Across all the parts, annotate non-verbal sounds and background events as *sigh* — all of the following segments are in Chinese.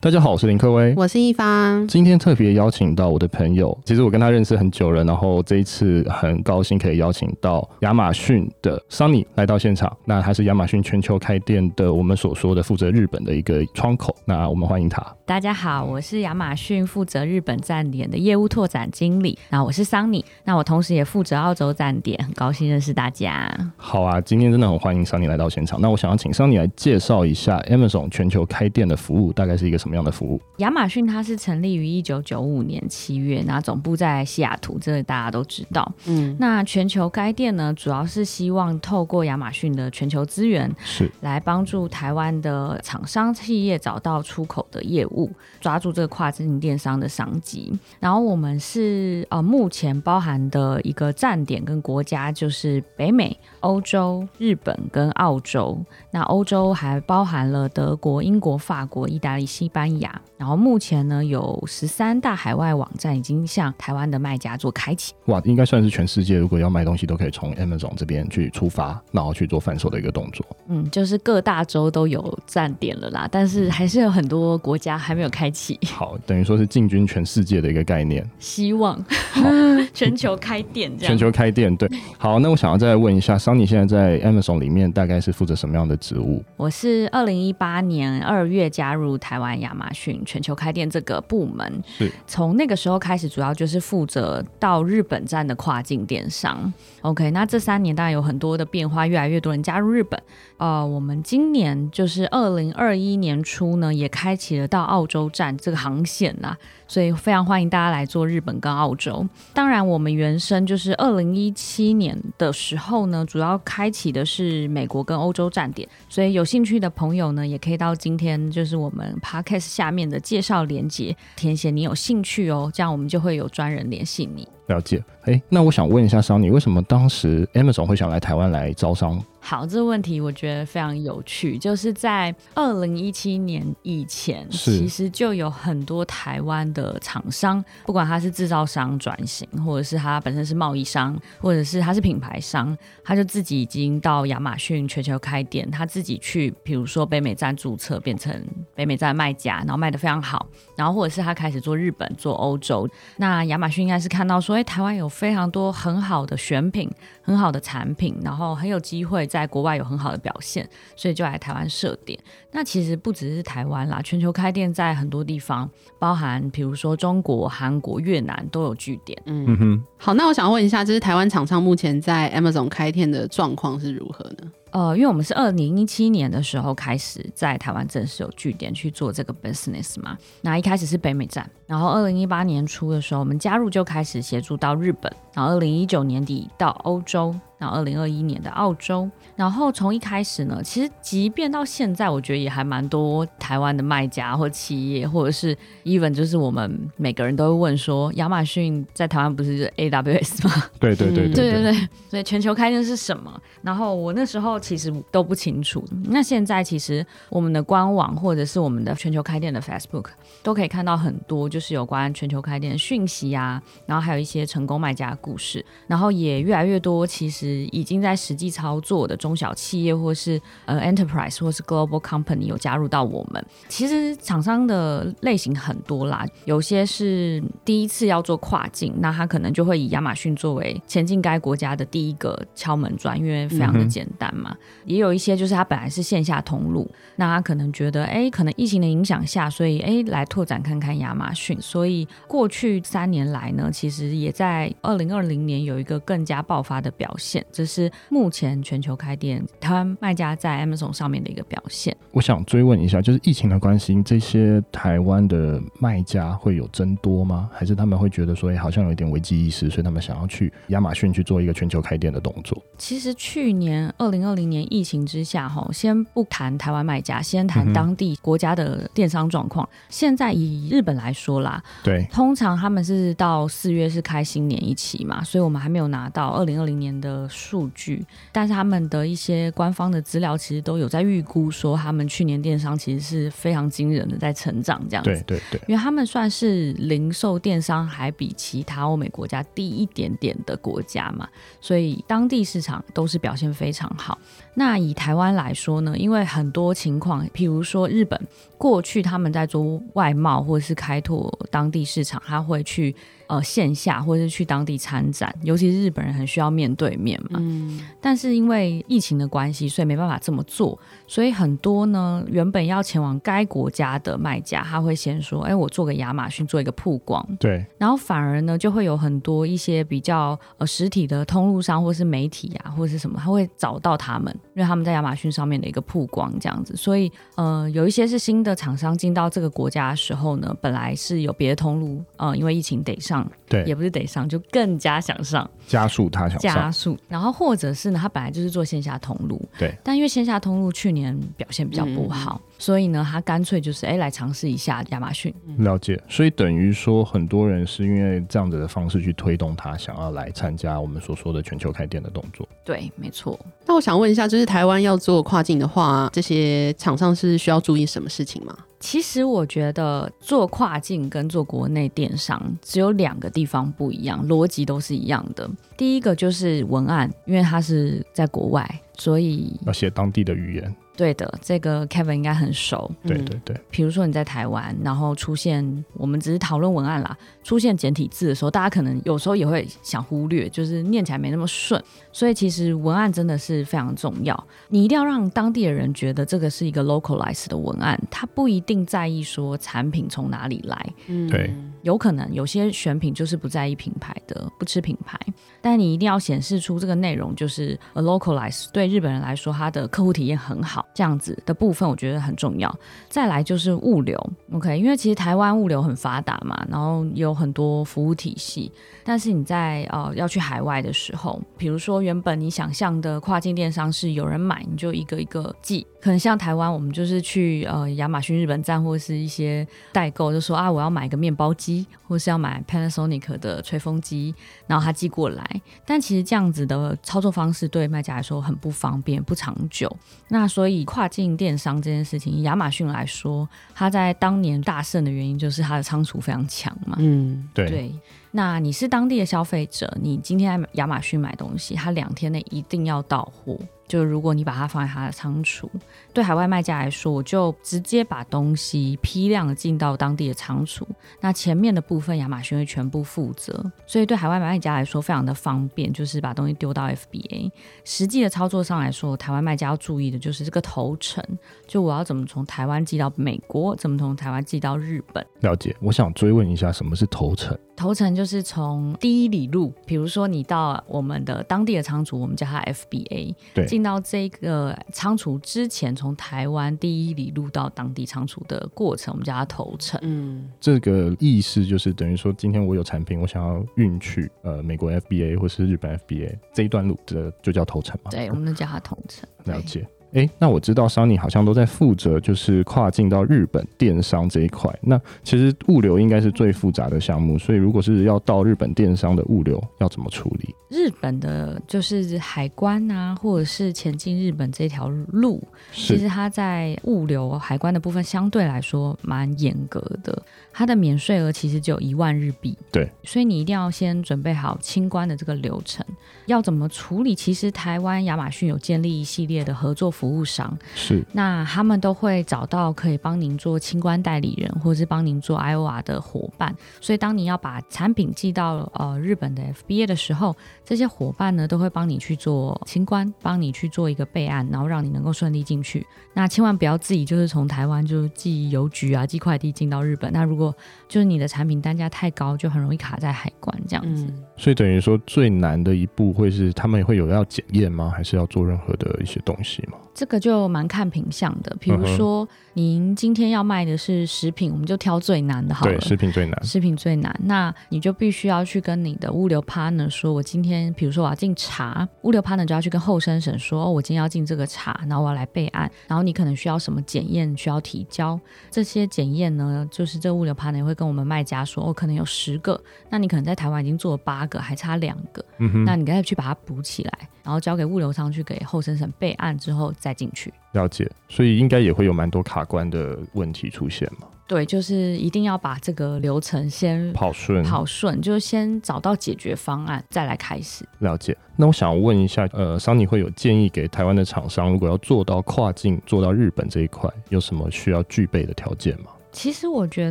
大家好，我是林科威。我是一方，今天特别邀请到我的朋友，其实我跟他认识很久了，然后这一次很高兴可以邀请到亚马逊的 Sunny 来到现场。那他是亚马逊全球开店的，我们所说的负责日本的一个窗口。那我们欢迎他。大家好，我是亚马逊负责日本站点的业务拓展经理，那我是桑尼，那我同时也负责澳洲站点，很高兴认识大家。好啊，今天真的很欢迎 Sunny 来到现场。那我想要请 Sunny 来介绍一下 Amazon 全球开店的服务大概是一个什么样的服务？亚马逊它是成立于一九九五年七月，那总部在西雅图，这个大家都知道。嗯，那全球该店呢，主要是希望透过亚马逊的全球资源，是来帮助台湾的厂商企业找到出口的业务，抓住这个跨境电商的商机。然后我们是呃目前包含的一个站点跟国家就是北美、欧洲、日本跟澳洲。那欧洲还包含了德国、英国、法国、意大利、西班牙。然后目前呢有十三大海外网站已经向台湾的卖家做开启。哇，应该算是全世界如果要卖东西都可以从 Amazon 这边去出发，然后去做贩售的一个动作。嗯，就是各大洲都有站点了啦，但是还是有很多国家还没有开启，好，等于说是进军全世界的一个概念。希望 *laughs* 全球开店这嗯样。全球开店， *laughs* 对。好，那我想要再问一下，桑尼现在在 Amazon 里面大概是负责什么样的职务？我是二零一八年二月加入台湾亚马逊全球开店这个部门，是从那个时候开始，主要就是负责到日本站的跨境电商。OK，那这三年当然有很多的变化，越来越多人加入日本。呃，我们今年就是二零二一年初呢，也开启了到澳洲站这个航线啦，所以非常欢迎大家来做日本跟澳洲。当然，我们原生就是二零一七年的时候呢，主要开启的是美国跟欧洲站点，所以有兴趣的朋友呢，也可以到今天就是我们 podcast 下面的介绍链接填写你有兴趣哦，这样我们就会有专人联系你。了解。哎、那我想问一下桑尼，为什么当时 Amazon 会想来台湾来招商？好，这个问题我觉得非常有趣，就是在二零一七年以前，是其实就有很多台湾的厂商，不管他是制造商转型，或者是他本身是贸易商，或者是他是品牌商，他就自己已经到亚马逊全球开店，他自己去，比如说北美站注册，变成北美站卖家，然后卖的非常好，然后或者是他开始做日本、做欧洲，那亚马逊应该是看到说，哎、台湾有非常多很好的选品、很好的产品，然后很有机会在国外有很好的表现，所以就来台湾设点。那其实不只是台湾啦，全球开店在很多地方，包含比如说中国、韩国、越南都有据点。嗯哼，好，那我想问一下，就是台湾厂商目前在 Amazon 开店的状况是如何呢？呃，因为我们是二零一七年的时候开始在台湾正式有据点去做这个 business 嘛，那一开始是北美站，然后二零一八年初的时候，我们加入就开始协助到日本，然后二零一九年底到欧洲，然后二零二一年的澳洲，然后从一开始呢，其实即便到现在，我觉得也还蛮多台湾的卖家或企业，或者是 even 就是我们每个人都会问说，亚马逊在台湾不是就是 AWS 吗？对对对嗯对对对对，所以全球开店是什么？然后我那时候其实都不清楚。那现在其实我们的官网或者是我们的全球开店的 Facebook 都可以看到很多就是有关全球开店的讯息啊，然后还有一些成功卖家的故事，然后也越来越多其实已经在实际操作的中小企业或是呃 enterprise 或是 global company 有加入到我们。其实厂商的类型很多啦，有些是第一次要做跨境，那他可能就会以亚马逊作为前进该国家的第一个敲门砖，因为非常的简单嘛。也有一些就是他本来是线下通路，那他可能觉得，哎，可能疫情的影响下，所以哎来拓展看看亚马逊。所以过去三年来呢，其实也在二零二零年有一个更加爆发的表现，这是目前全球开店台湾卖家在 Amazon 上面的一个表现。我想追问一下，就是疫情的关系，这些台湾的卖家会有增多吗？还是他们会觉得说，哎、好像有一点危机意识，所以他们想要去亚马逊去做一个全球开店的动作？其实去年二零二零年疫情之下，哈，先不谈台湾卖家，先嗯哼谈当地国家的电商状况。现在以日本来说啦，对，通常他们是到四月是开新年一期嘛，所以我们还没有拿到二零二零年的的数据，但是他们的一些官方的资料其实都有在预估说，他们去年电商其实是非常惊人的在成长这样子。对对对，因为他们算是零售电商还比其他欧美国家低一点点的国家嘛，所以当地市场都是表现非常好。那以台湾来说呢，因为很多情况，譬如说日本过去他们在做外贸或者是开拓当地市场，他会去呃线下或者是去当地参展，尤其是日本人很需要面对面嘛。嗯，但是因为疫情的关系，所以没办法这么做，所以很多呢原本要前往该国家的卖家，他会先说：“哎，我做个亚马逊，做一个曝光。对，”然后反而呢就会有很多一些比较呃实体的通路商或是媒体啊或者是什么，他会找到他们，因为他们在亚马逊上面的一个曝光这样子。所以呃有一些是新的厂商进到这个国家的时候呢，本来是有别的通路，呃因为疫情得上，也对，不是得上，就更加想上。加速它想加上，速，然后或者是呢，他本来就是做线下通路，对，嗯但因为线下通路去年表现比较不好，所以呢，他干脆就是哎来尝试一下亚马逊，了解。所以等于说，很多人是因为这样子的方式去推动他想要来参加我们所说的全球开店的动作。对，没错，那我想问一下，就是台湾要做跨境的话，这些厂商是需要注意什么事情吗？其实我觉得做跨境跟做国内电商只有两个地方不一样，逻辑都是一样的。第一个就是文案，因为它是在国外，所以要写当地的语言，对的，这个 Kevin 应该很熟。对嗯对对，比如说你在台湾，然后出现我们只是讨论文案啦，出现简体字的时候，大家可能有时候也会想忽略，就是念起来没那么顺。所以其实文案真的是非常重要，你一定要让当地的人觉得这个是一个 localized 的文案，他不一定在意说产品从哪里来，嗯对有可能有些选品就是不在意品牌的，不吃品牌，但你一定要显示出这个内容就是 a localize，对日本人来说，它的客户体验很好，这样子的部分我觉得很重要。再来就是物流，OK，因为其实台湾物流很发达嘛，然后也有很多服务体系，但是你在呃要去海外的时候，比如说原本你想象的跨境电商是有人买你就一个一个寄，可能像台湾我们就是去呃亚马逊日本站或是一些代购，就说啊我要买个面包机，或是要买 Panasonic 的吹风机，然后他寄过来，但其实这样子的操作方式对卖家来说很不方便、不长久。那所以跨境电商这件事情，以亚马逊来说，它在当年大胜的原因就是它的仓储非常强嘛。嗯，对对，那你是当地的消费者，你今天在亚马逊买东西，它两天内一定要到货。就如果你把它放在它的仓储，对海外卖家来说，我就直接把东西批量地进到当地的仓储，那前面的部分亚马逊会全部负责，所以对海外卖家来说非常的方便，就是把东西丢到 FBA。实际的操作上来说，台湾卖家要注意的就是这个头程，就我要怎么从台湾寄到美国，怎么从台湾寄到日本。了解。我想追问一下，什么是头层？头程就是从第一里路，比如说你到我们的当地的仓储，我们叫它 FBA，对进到这个仓储之前，从台湾第一里路到当地仓储的过程，我们叫它头啊程。嗯，这个意思就是等于说，今天我有产品，我想要运去呃美国 FBA 或是日本 FBA 这一段路，这就叫头程嘛？对，我们就叫它头程。了解。诶，那我知道桑尼好像都在负责就是跨境到日本电商这一块。那其实物流应该是最复杂的项目，所以如果是要到日本电商的物流要怎么处理？日本的就是海关啊，或者是前进日本这条路，其是实它在物流海关的部分相对来说蛮严格的，它的免税额其实只有一万日币。对，所以你一定要先准备好清关的这个流程，要怎么处理？其实台湾亚马逊有建立一系列的合作服务商，是那他们都会找到可以帮您做清关代理人，或者是帮您做 IOR 的伙伴。所以，当你要把产品寄到呃日本的 FBA 的时候，这些伙伴呢都会帮你去做清关，帮你去做一个备案，然后让你能够顺利进去。那千万不要自己就是从台湾就寄邮局啊、寄快递进到日本。那如果就是你的产品单价太高，就很容易卡在海关这样子。嗯所以等于说最难的一步会是他们会有要检验吗？还是要做任何的一些东西吗？这个就蛮看品相的，比如嗯哼说、您今天要卖的是食品，我们就挑最难的好了对，。食品最难。食品最难，那你就必须要去跟你的物流 partner 说，我今天比如说我要进茶，物流 partner 就要去跟后生审说，哦我今天要进这个茶，然后我要来备案，然后你可能需要什么检验需要提交，这些检验呢，就是这物流 partner 会跟我们卖家说，哦，可能有十个，那你可能在台湾已经做了八个，还差两个，嗯哼那你再去把它补起来。然后交给物流商去给后生审备案之后再进去。了解，所以应该也会有蛮多卡关的问题出现嘛，对，就是一定要把这个流程先跑顺。跑顺，就是先找到解决方案，再来开始。了解。那我想问一下，呃，桑尼会有建议给台湾的厂商，如果要做到跨境、做到日本这一块，有什么需要具备的条件吗？其实我觉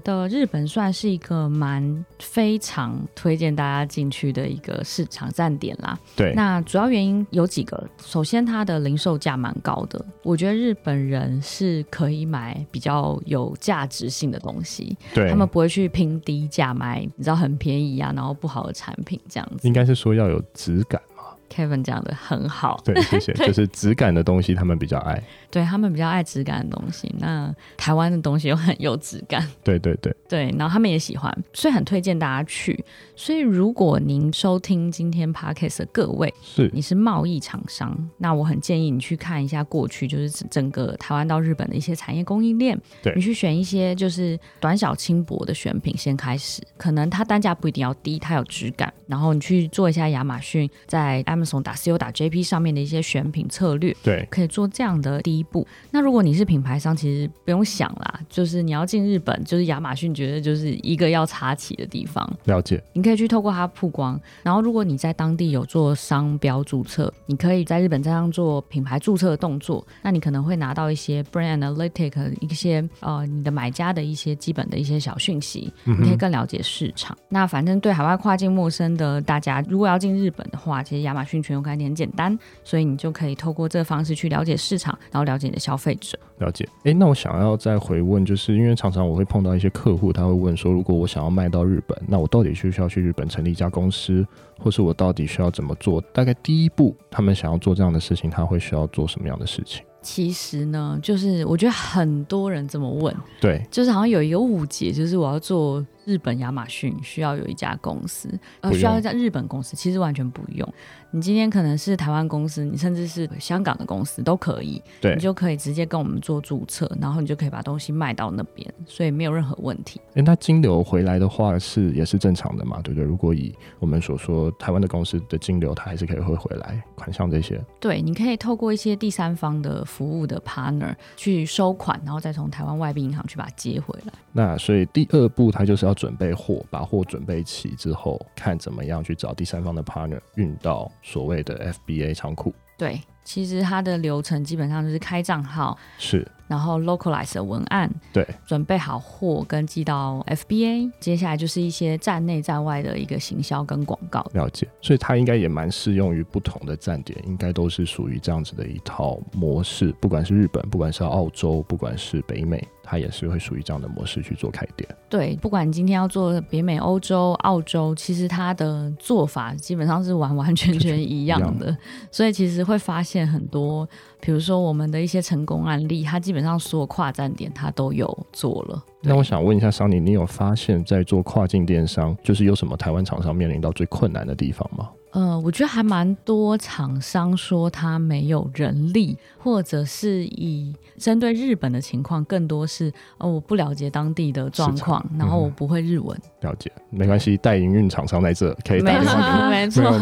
得日本算是一个蛮非常推荐大家进去的一个市场站点啦。对，那主要原因有几个，首先它的零售价蛮高的，我觉得日本人是可以买比较有价值性的东西，对他们不会去拼低价买，你知道很便宜啊，然后不好的产品这样子应。该是说要有质感嘛。 Kevin 讲的很好，对，谢 *laughs* 谢，就是质感的东西他们比较爱。对他们比较爱质感的东西，那台湾的东西又很有质感。对对对，对，然后他们也喜欢，所以很推荐大家去。所以如果您收听今天 podcast 的各位，是你是贸易厂商，那我很建议你去看一下过去就是整个台湾到日本的一些产业供应链，对你去选一些就是短小轻薄的选品先开始，可能它单价不一定要低，它有质感，然后你去做一下亚马逊在 Amazon 打 CO 打 JP 上面的一些选品策略，对，可以做这样的第一步。那如果你是品牌商，其实不用想啦，就是你要进日本，就是亚马逊绝对就是一个要插旗的地方，了解。你可以去透过它曝光。然后，如果你在当地有做商标注册，你可以在日本站上做品牌注册的动作，那你可能会拿到一些 brand analytic 一些呃你的买家的一些基本的一些小讯息，嗯你可以哼，更了解市场。那反正对海外跨境陌生的大家，如果要进日本的话，其实亚马逊全球概念很简单，所以你就可以透过这个方式去了解市场，然后了解你的消费者。了解。诶，那我想要再回问，就是因为常常我会碰到一些客户，他会问说，如果我想要卖到日本，那我到底需不需要去日本成立一家公司，或是我到底需要怎么做？大概第一步，他们想要做这样的事情，他会需要做什么样的事情？其实呢，就是我觉得很多人这么问，对，就是好像有一个误解，就是我要做日本亚马逊，需要有一家公司，呃，不用需要一家日本公司，其实完全不用。你今天可能是台湾公司，你甚至是香港的公司都可以，对你就可以直接跟我们做注册，然后你就可以把东西卖到那边，所以没有任何问题。诶，那金流回来的话是也是正常的嘛，对不对？如果以我们所说台湾的公司的金流，它还是可以会回来款项这些。对，你可以透过一些第三方的服务的 partner 去收款，然后再从台湾外币银行去把它接回来。那所以第二步，它就是要准备货，把货准备齐之后，看怎么样去找第三方的 partner 运到所谓的 FBA 仓库。对，其实它的流程基本上就是开账号，是然后 localize 的文案，对，准备好货跟寄到 FBA，接下来就是一些站内站外的一个行销跟广告。了解，所以它应该也蛮适用于不同的站点，应该都是属于这样子的一套模式，不管是日本，不管是澳洲，不管是北美，它也是会属于这样的模式去做开店。对，不管你今天要做北美、欧洲、澳洲，其实它的做法基本上是完完全全一样一样的，所以其实会发现很多，比如说我们的一些成功案例，它基本上所有跨站点它都有做了。那我想问一下桑尼，你有发现，在做跨境电商，就是有什么台湾厂商面临到最困难的地方吗？呃，我觉得还蛮多厂商说他没有人力，或者是以针对日本的情况，更多是哦我不了解当地的状况，然后我不会日文，了解，没关系，代营运厂商在这可以打没电错话给没我。没有没错，有，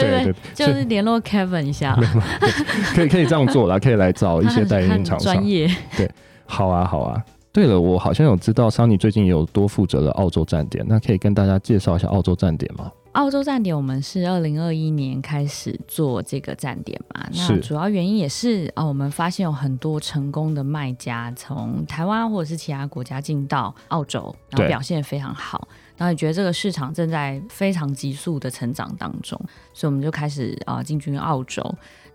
对对对对，，就是联络 Kevin 一下，可以可以这样做啦，可以来找哦一他些很代营他很运厂商专。业， *laughs* 好啊，好啊。对了，我好像有知道桑尼最近有多负责了澳洲站点，那可以跟大家介绍一下澳洲站点吗？澳洲站点，我们是二零二一年开始做这个站点嘛？那是主要原因也是啊、呃我们发现有很多成功的卖家从台湾或者是其他国家进到澳洲，然后对表现得非常好，然后也觉得这个市场正在非常急速的成长当中，所以我们就开始啊、呃进军澳洲。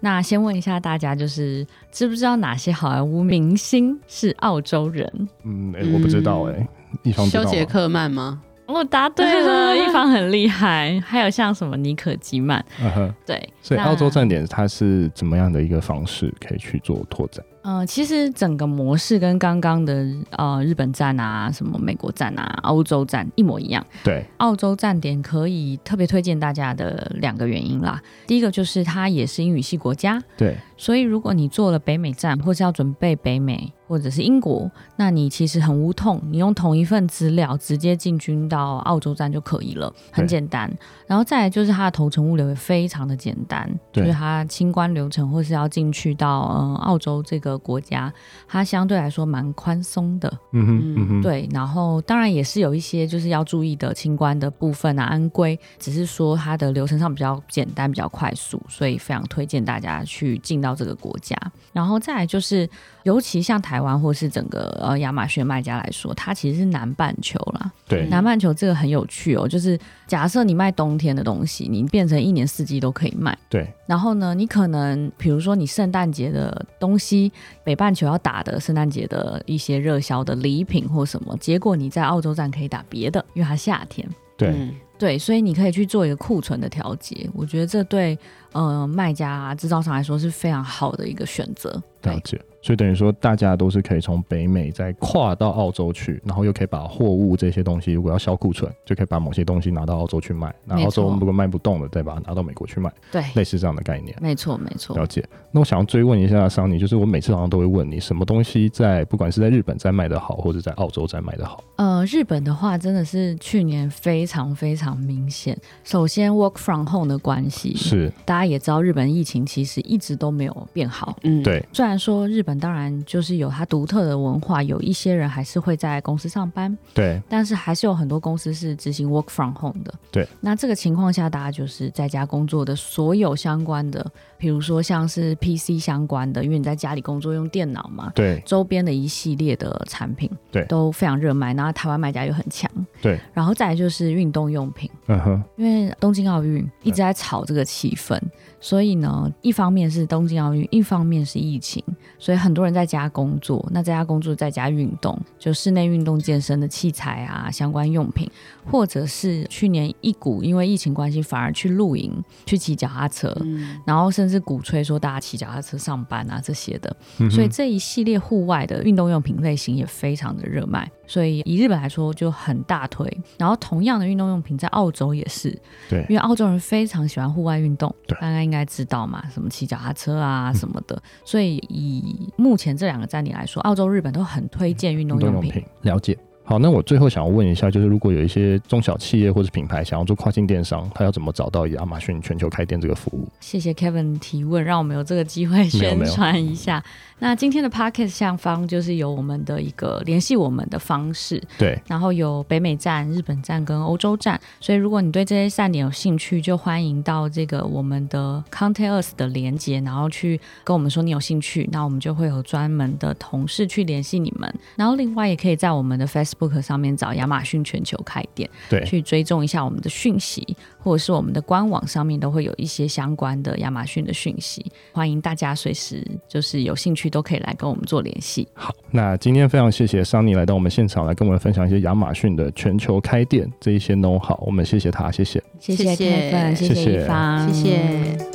那先问一下大家，就是知不知道哪些好莱坞明星是澳洲人？嗯，诶嗯我不知道哎、一方知道休吗杰克曼吗？我、哦答对了，一方很厉害。还有像什么尼可基曼，嗯哼对，所以澳洲那站点它是怎么样的一个方式可以去做拓展？呃，其实整个模式跟刚刚的呃日本站啊、什么美国站啊、欧洲站一模一样。对，澳洲站点可以特别推荐大家的两个原因啦，第一个就是它也是英语系国家，对，所以如果你做了北美站，或是要准备北美，或者是英国，那你其实很无痛，你用同一份资料直接进军到澳洲站就可以了，很对简单。然后再来就是它的投程物流也非常的简单，就对是它清关流程或是要进去到嗯、呃澳洲这个国家，它相对来说蛮宽松的。嗯哼嗯哼，对，然后当然也是有一些就是要注意的清关的部分啊，安规只是说它的流程上比较简单、比较快速，所以非常推荐大家去进到这个国家。然后再来就是，尤其像台湾或是整个呃亚马逊的卖家来说，它其实是南半球啦。对南半球这个很有趣哦，就是假设你卖冬天的东西，你变成一年四季都可以卖。对然后呢，你可能比如说你圣诞节的东西，北半球要打的圣诞节的一些热销的礼品或什么，结果你在澳洲站可以打别的，因为它夏天。对嗯对，所以你可以去做一个库存的调节，我觉得这对呃卖家、啊、制造商来说是非常好的一个选择。了解。所以等于说，大家都是可以从北美再跨到澳洲去，然后又可以把货物这些东西，如果要销库存，就可以把某些东西拿到澳洲去卖。那没澳洲错如果卖不动了，再把它拿到美国去卖，对，类似这样的概念。没错，没错了。解。那我想要追问一下桑尼，就是我每次好像都会问你，什么东西在不管是在日本在卖的好，或者在澳洲在卖的好？呃，日本的话真的是去年非常非常明显。首先，work from home 的关系，是大家也知道，日本疫情其实一直都没有变好。嗯，对，虽然说日本当然就是有它独特的文化，有一些人还是会在公司上班，对，但是还是有很多公司是执行 work from home 的。对，那这个情况下，大家就是在家工作的所有相关的，比如说像是 PC 相关的，因为你在家里工作用电脑嘛，对，周边的一系列的产品，对都非常热卖，然后台湾卖家又很强，对，然后再来就是运动用品。嗯哼，因为东京奥运一直在炒这个气氛，所以呢，一方面是东京奥运，一方面是疫情，所以很多人在家工作，那在家工作，在家运动，就室内运动健身的器材啊，相关用品，或者是去年一股因为疫情关系，反而去露营，去骑脚踏车。嗯然后甚至鼓吹说大家骑脚踏车上班啊这些的，嗯哼所以这一系列户外的运动用品类型也非常的热卖，所以以日本来说就很大推。然后同样的运动用品在澳洲也是，对因为澳洲人非常喜欢户外运动，对大家应该知道嘛，什么骑脚踏车啊什么的。所以以目前这两个站点来说，澳洲、日本都很推荐运动运动用用品。品了解。好，那我最后想要问一下，就是如果有一些中小企业或者品牌想要做跨境电商，他要怎么找到亚马逊全球开店这个服务？谢谢 Kevin 提问，让我们有这个机会宣传一下。那今天的 Pocket 下方就是有我们的一个联系我们的方式，对，然后有北美站、日本站跟欧洲站，所以如果你对这些站点有兴趣，就欢迎到这个我们的 Contact Us 的连接，然后去跟我们说你有兴趣，那我们就会有专门的同事去联系你们。然后另外也可以在我们的 Facebook 上面找亚马逊全球开店，对去追踪一下我们的讯息，或者是我们的官网上面都会有一些相关的亚马逊的讯息，欢迎大家随时就是有兴趣都可以来跟我们做联系。好，那今天非常谢谢桑尼来到我们现场，来跟我们分享一些亚马逊的全球开店这一些 know how，我们谢谢他，谢谢。谢谢谢谢 Kevin，谢谢谢一方，谢谢。